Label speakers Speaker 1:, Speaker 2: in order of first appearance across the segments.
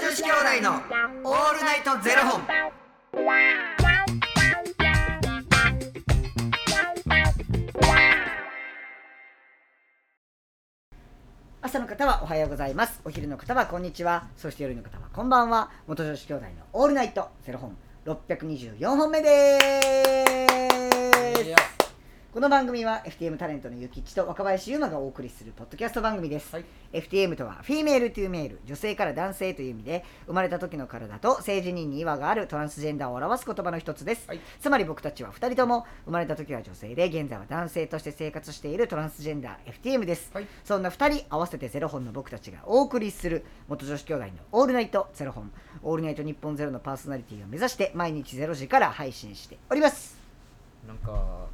Speaker 1: 子兄弟のオールナイトゼロ本。
Speaker 2: 朝の方はおはようございますお昼の方はこんにちはそして夜の方はこんばんは元女子兄弟のオールナイトゼロ本624本目ですこの番組は FTM タレントのゆきちと若林優馬がお送りするポッドキャスト番組です、
Speaker 3: はい
Speaker 2: FTM とはフィメールというメール女性から男性という意味で生まれた時の体と性自認に違和があるトランスジェンダーを表す言葉の一つです、
Speaker 3: はい
Speaker 2: つまり僕たちは2人とも生まれた時は女性で現在は男性として生活しているトランスジェンダー FTM です、
Speaker 3: はい
Speaker 2: そんな2人合わせてゼロ本の僕たちがお送りする元女子兄弟の「オールナイトゼロ本」「オールナイト日本ゼロのパーソナリティを目指して毎日ゼロ時から配信しております
Speaker 3: なんか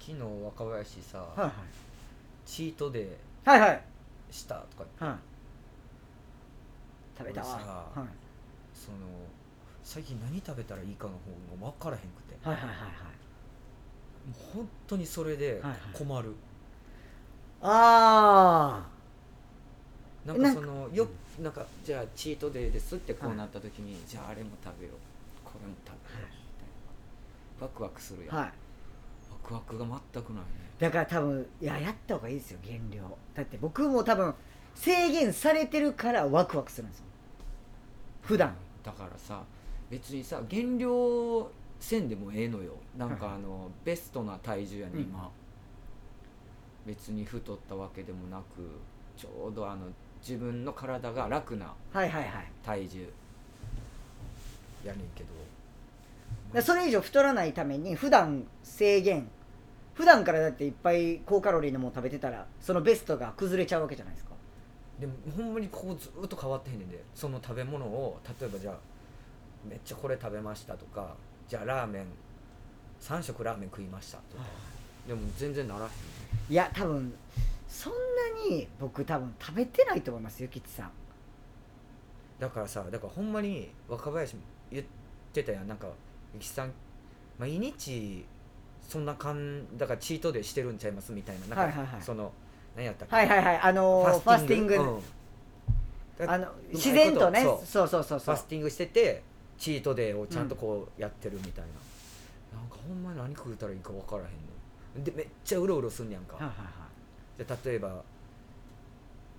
Speaker 3: 昨日若林さ、
Speaker 2: はい
Speaker 3: チートデー
Speaker 2: はいはいはい
Speaker 3: したとか
Speaker 2: はい食べたわ、
Speaker 3: 俺さ
Speaker 2: はい、
Speaker 3: その最近何食べたらいいかの方が分からへんくて
Speaker 2: はいはいはいはい
Speaker 3: もう本当にそれで
Speaker 2: はいはい
Speaker 3: 困る、
Speaker 2: あ
Speaker 3: なんかそのよなんかじゃあチートデーですってこうなった時に、じゃああれも食べようこれも食べようみたいなワクワクするや
Speaker 2: あ
Speaker 3: ん、
Speaker 2: はい
Speaker 3: ワクワクが全くないね
Speaker 2: だから多分いややった方がいいですよ減量だって僕も多分制限されてるからワクワクするんですよ普段
Speaker 3: だからさ別にさ減量せんでもええのよなんかあのベストな体重やね、
Speaker 2: うん
Speaker 3: 今別に太ったわけでもなくちょうどあの自分の体が楽な
Speaker 2: はいはいはい
Speaker 3: 体重やねんけ
Speaker 2: だか
Speaker 3: ど
Speaker 2: らそれ以上太らないために普段制限普段からだっていっぱい高カロリーのもの食べてたらそのベストが崩れちゃうわけじゃないですか
Speaker 3: でもほんまにこうずっと変わってへんねんでその食べ物を例えばじゃあめっちゃこれ食べましたとかじゃあラーメン3食ラーメン食いましたとか、でも全然ならへん
Speaker 2: いや多分そんなに僕多分食べてないと思いますよ吉さん
Speaker 3: だからさだからほんまに若林も言ってたやんなんかゆきさん毎日そんな感だからチートデーしてるんちゃいますみたいななんか、
Speaker 2: はいはいはい
Speaker 3: その何やったっけ、
Speaker 2: はいはいはいあのーファスティング
Speaker 3: うんだ
Speaker 2: あの自然とね
Speaker 3: そう
Speaker 2: そうそうそう
Speaker 3: フ
Speaker 2: そう
Speaker 3: ァスティングしててチートデーをちゃんとこうやってるみたいな、なんかほんまに何食うたらいいか分からへんのでめっちゃうろうろすんねやんか、
Speaker 2: はいはい
Speaker 3: じゃあ例えば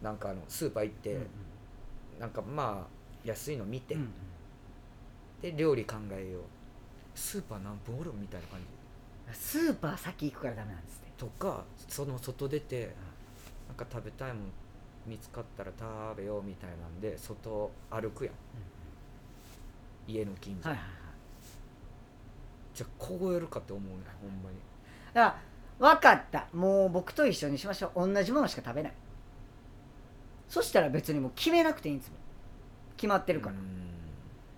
Speaker 3: なんかあのスーパー行って、
Speaker 2: はい
Speaker 3: なんかまあ安いの見て、
Speaker 2: うんうん
Speaker 3: で料理考えようスーパー何分おるみたいな感じ
Speaker 2: スーパー先行くからダメなんですね
Speaker 3: とかその外出てなんか食べたいもん見つかったら食べようみたいなんで外歩くやん、家の近所、
Speaker 2: はいはいはい
Speaker 3: じゃあ凍えるかって思うねほんまに
Speaker 2: だから分かったもう僕と一緒にしましょう同じものしか食べないそしたら別にもう決めなくていいんですもん決まってるから、
Speaker 3: うん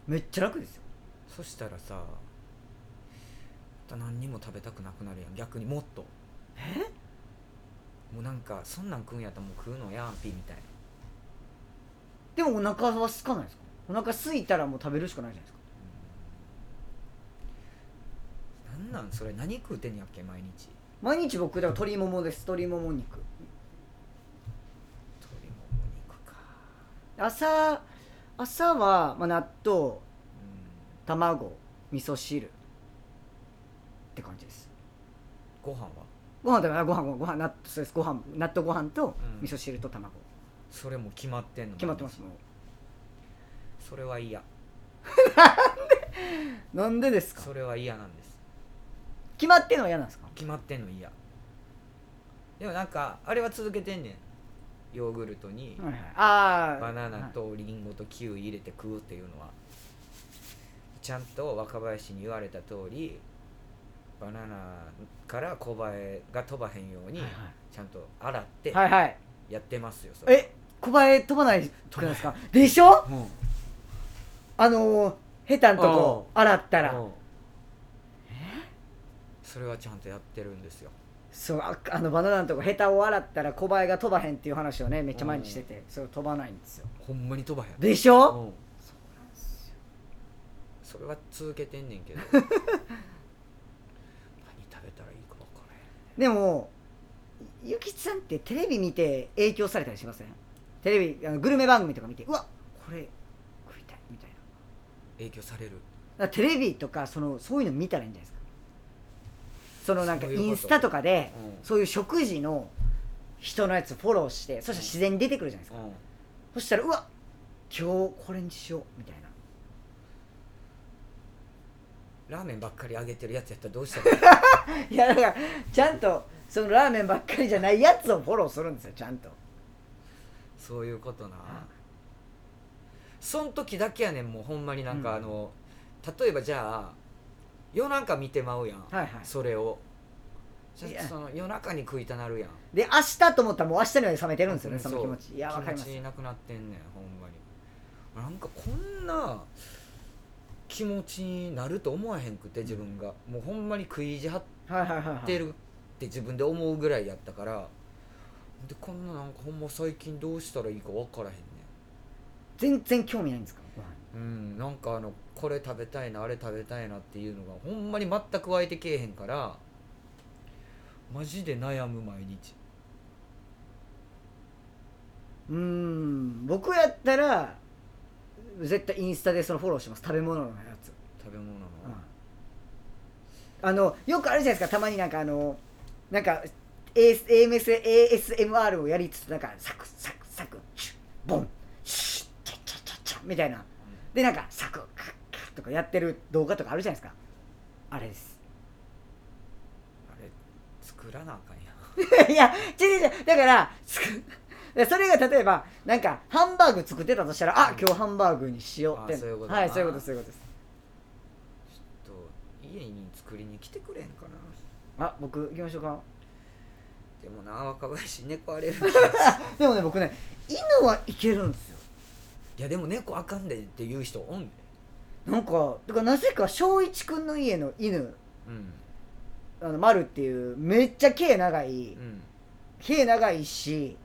Speaker 2: めっちゃ楽ですよ
Speaker 3: そしたらさまた何にも食べたくなくなるやん逆にもっともうなんかそんなん食うんやったらもう食うのやんぴみたいな
Speaker 2: でもお腹は空かないですかお腹空いたらもう食べるしかないじゃないですか
Speaker 3: なんなんそれ何食うてんやっけ毎日
Speaker 2: 毎日僕だから鶏ももです鶏もも肉
Speaker 3: 鶏もも肉か
Speaker 2: 朝朝は、まあ、納豆
Speaker 3: うん
Speaker 2: 卵味噌汁って感じです
Speaker 3: ご飯は
Speaker 2: ご飯食べあご飯ご飯ご飯納豆そうですご飯納豆ご飯と
Speaker 3: うん
Speaker 2: 味噌汁と卵、
Speaker 3: それも決まってんの
Speaker 2: 決まってますも
Speaker 3: それは嫌
Speaker 2: うなんでですか
Speaker 3: それは嫌なんです
Speaker 2: 決まってんのは嫌なんですか
Speaker 3: 決まってんの嫌でもなんかあれは続けてんねんヨーグルトに
Speaker 2: はいはい、ああ
Speaker 3: バナナとリンゴとキウイ入れて食うっていうのはちゃんと若林に言われた通りバナナから小バエが飛ばへんように
Speaker 2: はい
Speaker 3: ちゃんと洗って
Speaker 2: はい、はいはい
Speaker 3: やってますよそれは
Speaker 2: え小林飛ばないとかですかでしょ
Speaker 3: うん
Speaker 2: あのー、ヘタんとこ洗ったら
Speaker 3: うんそれはちゃんとやってるんですよ
Speaker 2: そうああのバナナのとこヘタを洗ったら小林が飛ばへんっていう話をねめっちゃ毎日しててそれ飛ばないんですよ
Speaker 3: ほんまに飛ばへん
Speaker 2: でしょ
Speaker 3: うんそれは続けてんねんけど 何食べたらいいか分からへん
Speaker 2: でもゆきちさんってテレビ見て影響されたりしませんテレビあのグルメ番組とか見てうわこれ食いたい
Speaker 3: 影響される
Speaker 2: だからテレビとかそのそういうの見たらいいんじゃないですかそのなんか
Speaker 3: そういうこと
Speaker 2: インスタとかで
Speaker 3: うん
Speaker 2: そういう食事の人のやつフォローしてそしたら自然に出てくるじゃないですか、
Speaker 3: ん
Speaker 2: そしたらうわ今日これにしようみたいな
Speaker 3: ラーメンばっかりあげてるやつやったらどうした らいい
Speaker 2: いやだからちゃんとそのラーメンばっかりじゃないやつをフォローするんですよちゃんと
Speaker 3: そういうことなそん時だけやねんもうほんまになん
Speaker 2: うん
Speaker 3: かあの、例えばじゃあ夜中見てまうやん、
Speaker 2: はいはい
Speaker 3: それをちょっ
Speaker 2: い
Speaker 3: と
Speaker 2: や
Speaker 3: その夜中に食いたなるやん
Speaker 2: で明日と思ったらもう明日には冷めてるんですよね
Speaker 3: う
Speaker 2: その気持ちいやわかります
Speaker 3: 気持ちなくなってんねんほんまになんかこんな気持ちになると思わへんくて自分が、もうほんまに食い意地張っ
Speaker 2: はいはいはい、は
Speaker 3: て
Speaker 2: い、
Speaker 3: るって自分で思うぐらいやったからでこんななんかほんま最近どうしたらいいか分からへんね
Speaker 2: 全然興味ないんですかご飯
Speaker 3: うんなんかあのこれ食べたいなあれ食べたいなっていうのがほんまに全く湧いてけえへんからマジで悩む毎日
Speaker 2: うーん僕やったら絶対インスタでそのフォローします食べ物のやつ、
Speaker 3: 食べ物
Speaker 2: う
Speaker 3: の、
Speaker 2: んあのよくあるじゃないですかたまになんかあのなんか AS AMS ASMR をやりつつなんかサクサクサクチュッボンシュッチャチャチャチャみたいなでなんかサクカッカッとかやってる動画とかあるじゃないですかあれです
Speaker 3: あれ作らなあかんや ん
Speaker 2: いや違う違うだから つくそれが例えばなんかハンバーグ作ってたとしたらあ今日ハンバーグにしようって
Speaker 3: あそういうことだな
Speaker 2: はいそういうことそういうことです
Speaker 3: ちょっと家に作りに来てくれんかな
Speaker 2: あ僕行きましょうか
Speaker 3: でもな若林猫アレル ギー
Speaker 2: でもね僕ね犬はいけるんですよ
Speaker 3: いやでも猫あかんでって言う人おんで
Speaker 2: なんかだからなぜか翔一くんの家の犬
Speaker 3: うん
Speaker 2: あの丸っていうめっちゃ毛長い
Speaker 3: うん
Speaker 2: 毛長いし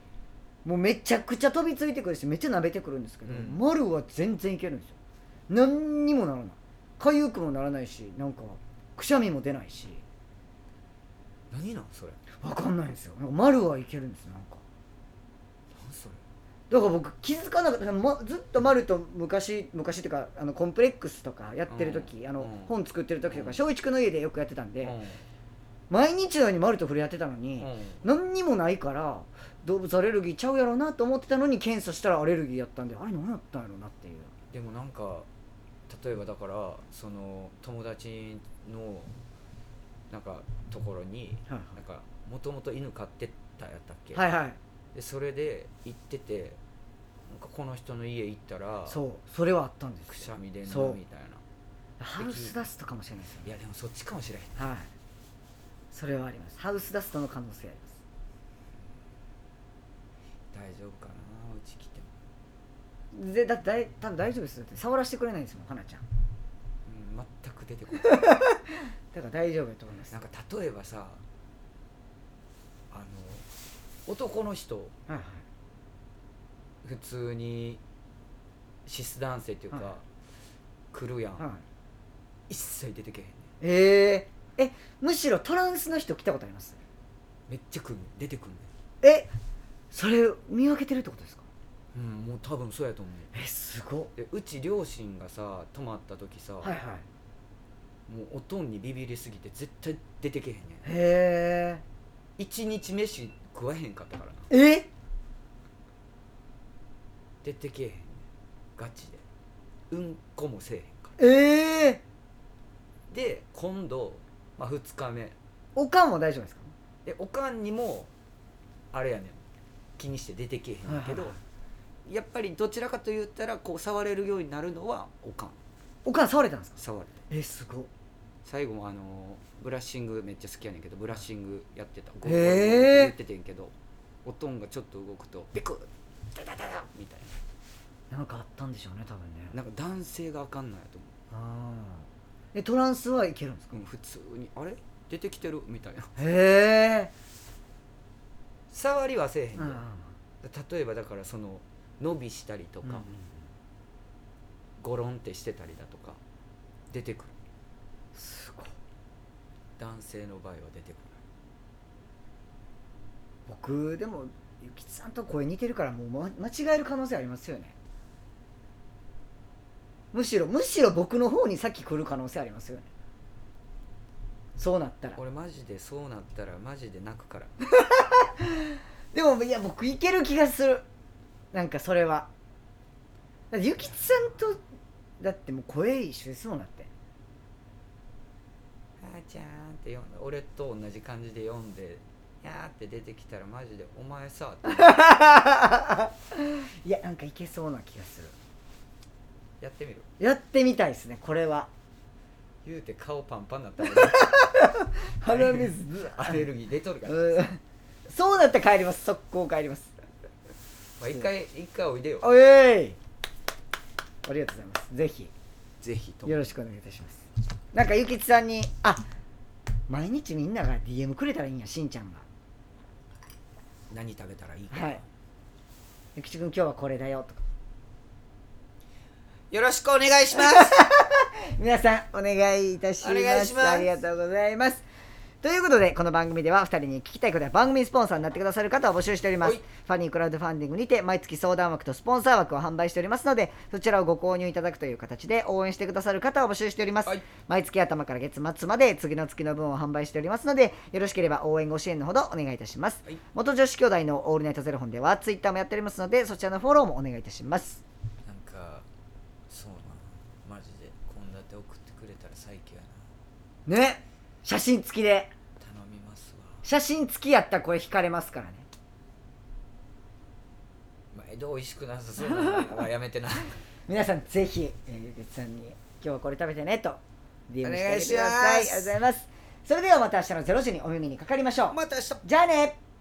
Speaker 2: もうめちゃくちゃ飛びついてくるしめっちゃ舐めてくるんですけど、
Speaker 3: うん
Speaker 2: 丸は全然いけるんですよ何にもならないかゆくもならないしなんかくしゃみも出ないし
Speaker 3: 何なんそれ
Speaker 2: わかんないんですよなんか丸はいけるんですなんか
Speaker 3: 何それ
Speaker 2: だから僕気づかなかった、ま、ずっと丸と昔昔っていうかあのコンプレックスとかやってる時、
Speaker 3: うん
Speaker 2: あの、
Speaker 3: うん
Speaker 2: 本作ってる時と
Speaker 3: う
Speaker 2: か
Speaker 3: ん
Speaker 2: 翔一君の家でよくやってたんで、
Speaker 3: う
Speaker 2: 毎日のように丸と触れ合ってたのに、
Speaker 3: んうん
Speaker 2: 何にもないから動物アレルギーちゃうやろうなと思ってたのに検査したらアレルギーやったんであれ何やったんやろうなっていう
Speaker 3: でもなんか例えばだからその友達のなんかところに
Speaker 2: は
Speaker 3: なんかもともと犬飼ってたやったっけ、
Speaker 2: いはいはいはい
Speaker 3: でそれで行っててなんかこの人の家行ったら
Speaker 2: そうそれはあったんですよ
Speaker 3: くしゃみ出ん
Speaker 2: そ
Speaker 3: の
Speaker 2: う
Speaker 3: みたいな
Speaker 2: ハウスダストかもしれないですよ
Speaker 3: いやでもそっちかもしれへん
Speaker 2: はいそれはありますハウスダストの可能性あります
Speaker 3: 大丈夫かなうち来ても、
Speaker 2: でだってだい多分大丈夫ですよだって触らせてくれないんですもん花ちゃん
Speaker 3: うん、全く出てこない
Speaker 2: だから大丈夫だと思います
Speaker 3: なんか例えばさあの男の人
Speaker 2: はいはい
Speaker 3: 普通にシス男性っていうか、
Speaker 2: はい
Speaker 3: 来るやん、
Speaker 2: はい
Speaker 3: 一切出てけへんね
Speaker 2: えー、えむしろトランスの人来たことあります
Speaker 3: めっちゃ来んねん出てくんね
Speaker 2: えそれ見分けてるってことですか
Speaker 3: んうんもう多分そうやと思う
Speaker 2: えすごっ
Speaker 3: でうち両親がさ泊まった時さ、
Speaker 2: はいはい
Speaker 3: もう音にビビりすぎて絶対出てけへんねん
Speaker 2: へ
Speaker 3: 一日飯食わへんかったからな
Speaker 2: ええ
Speaker 3: 出てけえへんねんガチでうんこもせえへんか
Speaker 2: え
Speaker 3: ら
Speaker 2: え
Speaker 3: で今度、まあ、2日目
Speaker 2: おかんは大丈夫ですか
Speaker 3: でおかんにもあれやねん気にして出てけえへんねんけど、
Speaker 2: はいは
Speaker 3: やっぱりどちらかと言ったらこう触れるようになるのはおかん
Speaker 2: おかん触れたんですか
Speaker 3: 触れて
Speaker 2: えすごっ
Speaker 3: 最後もあのーブラッシングめっちゃ好きやねんけどブラッシングやってたゴ
Speaker 2: へ
Speaker 3: ロゴロ
Speaker 2: え
Speaker 3: ゴロって言っててんけどおとんがちょっと動くとビクッダダダダみたい
Speaker 2: なんかあったんでしょうね多分ね
Speaker 3: ななんか男性があかんないと思
Speaker 2: あーえトランスはいけるんですか
Speaker 3: う、うん、普通にあれ出てきてるみた いな
Speaker 2: へえ
Speaker 3: 触りはせえへんねん
Speaker 2: うんうん
Speaker 3: 例えばだからその伸びしたりと
Speaker 2: うん
Speaker 3: か、ゴロンってしてたりだとか出てくる
Speaker 2: すごい
Speaker 3: 男性の場合は出てこ
Speaker 2: 僕でもゆきつさんと声似てるからもうま間違える可能性ありますよねむしろむしろ僕の方にさっき来る可能性ありますよねそうなったら
Speaker 3: 俺マジでそうなったらマジで泣くから
Speaker 2: でもいや僕いける気がするなんかそれはだってゆきちさんとだってもう声一緒ですもんだって
Speaker 3: あーちゃんって呼んで俺と同じ感じで呼んでやーって出てきたらマジでお前さって
Speaker 2: いやなんかいけそうな気がする
Speaker 3: やってみる
Speaker 2: やってみたいですねこれは
Speaker 3: 言うて顔パンパンになったら
Speaker 2: 鼻水
Speaker 3: 俺アレルギー出とるから、
Speaker 2: うんそうなったら帰ります速攻帰ります
Speaker 3: まあ、一回一回おいでよ
Speaker 2: おいえいありがとうございますぜひ
Speaker 3: ぜひとも
Speaker 2: よろしくお願いいたしますなんかゆきちさんにあ毎日みんなが DM くれたらいいんやしんちゃんが
Speaker 3: 何食べたらいいか、
Speaker 2: はいゆきちくん今日はこれだよとか
Speaker 3: よろしくお願いします
Speaker 2: 皆さんお願いいたします
Speaker 3: お願いします
Speaker 2: ありがとうございますということでこの番組では2人に聞きたいことや番組スポンサーになってくださる方を募集しております
Speaker 3: はい
Speaker 2: ファニークラウドファンディングにて毎月相談枠とスポンサー枠を販売しておりますのでそちらをご購入いただくという形で応援してくださる方を募集しております、
Speaker 3: はい
Speaker 2: 毎月頭から月末まで次の月の分を販売しておりますのでよろしければ応援ご支援のほどお願いいたします、
Speaker 3: はい
Speaker 2: 元女子兄弟のオールナイトゼロ本ではツイッターもやっておりますのでそちらのフォローもお願いいたします
Speaker 3: なんかそうなマジで献立送ってくれたら最強やな
Speaker 2: ね写真付きで
Speaker 3: 頼みますわ、
Speaker 2: 写真付きやったらこれ引かれますからね
Speaker 3: まあ、江戸美味しくなさそうだなまあやめてな
Speaker 2: 皆さんぜひ、えー、ゆきちさんに今日はこれ食べてねと DM してあげてくだ
Speaker 3: お願
Speaker 2: さい
Speaker 3: いします
Speaker 2: ありがとうございますそれではまた明日の0時にお耳にかかりましょう
Speaker 3: また明日
Speaker 2: じゃあね